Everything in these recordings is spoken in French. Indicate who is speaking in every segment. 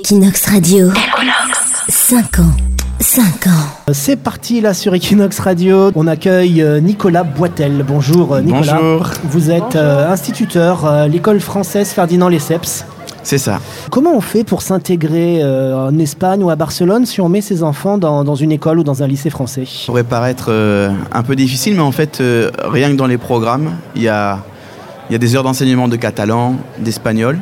Speaker 1: Equinox Radio. 5 ans. 5 ans.
Speaker 2: C'est parti là sur Equinox Radio. On accueille euh, Nicolas Boitel. Bonjour euh, Nicolas.
Speaker 3: Bonjour.
Speaker 2: Vous êtes euh, instituteur à l'école française Ferdinand Lesseps.
Speaker 3: C'est ça.
Speaker 2: Comment on fait pour s'intégrer euh, en Espagne ou à Barcelone si on met ses enfants dans, dans une école ou dans un lycée français
Speaker 3: Ça pourrait paraître euh, un peu difficile, mais en fait, euh, rien que dans les programmes, il y a, il y a des heures d'enseignement de catalan, d'espagnol.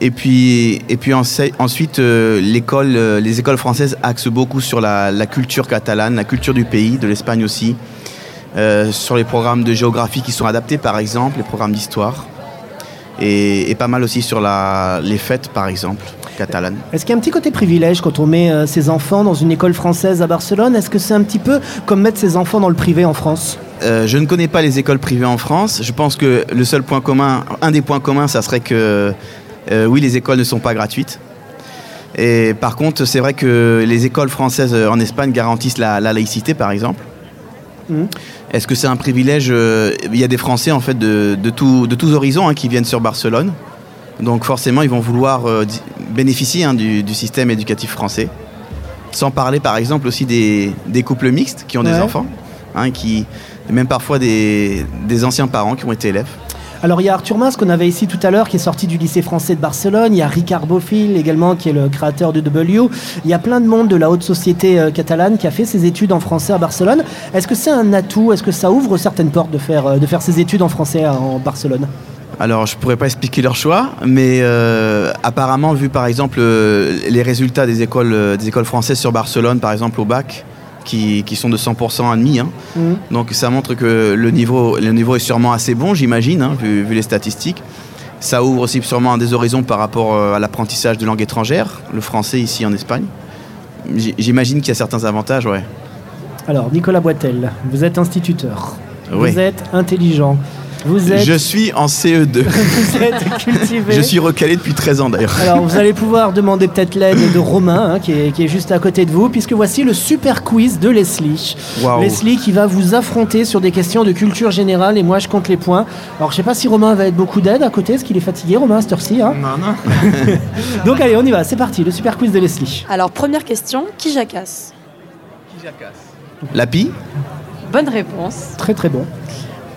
Speaker 3: Et puis, et puis ense- ensuite, euh, l'école, euh, les écoles françaises axent beaucoup sur la, la culture catalane, la culture du pays, de l'Espagne aussi, Euh, sur les programmes de géographie qui sont adaptés, par exemple, les programmes d'histoire, et, et pas mal aussi sur la, les fêtes, par exemple, catalanes.
Speaker 2: Est-ce qu'il y a un petit côté privilège quand on met euh, ses enfants dans une école française à Barcelone Est-ce que c'est un petit peu comme mettre ses enfants dans le privé en France
Speaker 3: Euh, je ne connais pas les écoles privées en France. Je pense que le seul point commun, un des points communs, ça serait que euh, oui, les écoles ne sont pas gratuites. Et par contre, c'est vrai que les écoles françaises euh, en Espagne garantissent la, la laïcité, par exemple.
Speaker 2: Mhm.
Speaker 3: Est-ce que c'est un privilège euh, Il y a des Français en fait de, de, tout- de tous horizons hein, qui viennent sur Barcelone. Donc forcément, ils vont vouloir euh, di- bénéficier hein, du, du système éducatif français. Sans parler par exemple aussi des, des couples mixtes qui ont
Speaker 2: Ouais.
Speaker 3: des enfants, hein, qui, même parfois des, des anciens parents qui ont été élèves.
Speaker 2: Alors il y a Arthur Mas qu'on avait ici tout à l'heure qui est sorti du lycée français de Barcelone, il y a Ricard Bofill également qui est le créateur de W, il y a plein de monde de la haute société euh, catalane qui a fait ses études en français à Barcelone. Est-ce que c'est un atout Est-ce que ça ouvre certaines portes de faire, euh, de faire ses études en français à- en Barcelone
Speaker 3: Alors, je pourrais pas expliquer leur choix, mais euh, apparemment, vu par exemple euh, les résultats des écoles, euh, des écoles françaises sur Barcelone, par exemple au bac, qui, qui sont de 100% admis, hein.
Speaker 2: Mhm.
Speaker 3: donc ça montre que le niveau, le niveau est sûrement assez bon, j'imagine, hein, vu, vu les statistiques. Ça ouvre aussi sûrement des horizons par rapport euh, à l'apprentissage de langue étrangère, le français ici en Espagne. J- J'imagine qu'il y a certains avantages, ouais.
Speaker 2: Alors Nicolas Boitel, vous êtes instituteur,
Speaker 3: Oui.
Speaker 2: vous êtes intelligent, vous êtes,
Speaker 3: Je suis en CE2.
Speaker 2: vous êtes cultivé.
Speaker 3: Je suis recalé depuis 13 ans d'ailleurs.
Speaker 2: Alors vous allez pouvoir demander peut-être l'aide de Romain hein, qui, est, qui est juste à côté de vous puisque voici le super quiz de Leslie.
Speaker 3: Waouh.
Speaker 2: Leslie qui va vous affronter sur des questions de culture générale et moi je compte les points. Alors je sais pas si Romain va être beaucoup d'aide à côté, est-ce qu'il est fatigué Romain à cette heure-ci hein
Speaker 4: Non, non.
Speaker 2: Donc allez on y va, c'est parti, le super quiz de Leslie.
Speaker 5: Alors, première question, qui jacasse
Speaker 3: La pie
Speaker 5: Bonne réponse.
Speaker 2: Très très bon.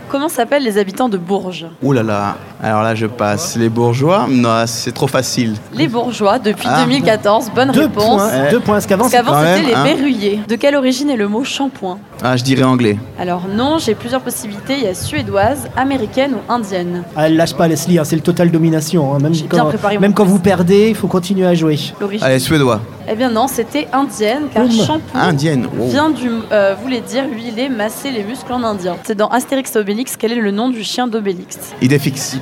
Speaker 5: Comment s'appellent les habitants de Bourges
Speaker 3: Ouh là là, alors là je passe. Les bourgeois Non, c'est trop facile.
Speaker 5: Les bourgeois, depuis
Speaker 3: Ah.
Speaker 5: 2014. Bonne
Speaker 2: Deux
Speaker 5: réponse.
Speaker 2: points,
Speaker 3: Eh.
Speaker 2: deux points, parce qu'avant
Speaker 5: Parce qu'avant,
Speaker 3: quand
Speaker 5: c'était
Speaker 3: même,
Speaker 5: les
Speaker 3: hein.
Speaker 5: berruyers. De quelle origine est le mot shampoing
Speaker 3: Ah, je dirais anglais.
Speaker 5: Alors, non, j'ai plusieurs possibilités. Il y a suédoise, américaine ou indienne.
Speaker 2: Ah, elle lâche pas Leslie, hein, c'est le total domination. hein, Même,
Speaker 5: J'ai bien
Speaker 2: quand,
Speaker 5: préparé mon
Speaker 2: même quand vous perdez, il faut continuer à jouer.
Speaker 5: L'origine
Speaker 3: Allez, suédois.
Speaker 5: Eh bien, non, c'était indienne, car
Speaker 2: Boum.
Speaker 5: shampoing.
Speaker 3: Indienne. wow.
Speaker 5: Vient du euh, voulait dire huiler, masser les muscles en indien. C'est dans Astérix et Obélix. Quel est le nom du chien d'Obélix
Speaker 3: Idéfix.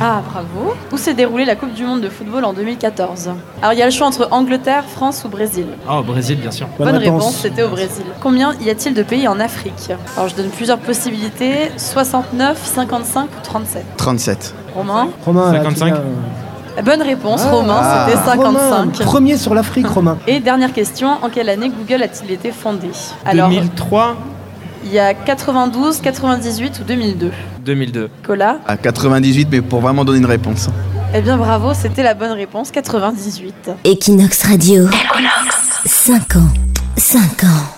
Speaker 5: Ah, bravo. Où s'est déroulée la Coupe du Monde de football en 2014 Alors, il y a le choix entre Angleterre, France ou Brésil.
Speaker 4: Ah, au Brésil, bien sûr.
Speaker 2: Bonne
Speaker 5: Bonne,
Speaker 2: réponse.
Speaker 5: réponse, c'était au Brésil. Combien y a-t-il de pays en Afrique Alors, je donne plusieurs possibilités 69, 55 ou 37.
Speaker 3: 37.
Speaker 5: Romain
Speaker 2: Romain, là,
Speaker 4: 55.
Speaker 2: qui vient, euh,
Speaker 5: Bonne réponse,
Speaker 2: Ah.
Speaker 5: Romain, c'était
Speaker 2: Romain,
Speaker 5: 55.
Speaker 2: premier sur l'Afrique, Romain.
Speaker 5: Et dernière question, en quelle année Google a-t-il été fondé Alors,
Speaker 4: 2003,
Speaker 5: il y a 92, 98 ou 2002
Speaker 4: 2002.
Speaker 5: Cola
Speaker 3: À 98, mais pour vraiment donner une réponse.
Speaker 5: Eh bien, bravo, c'était la bonne réponse, 98.
Speaker 1: Equinox Radio. 5 ans. 5 ans.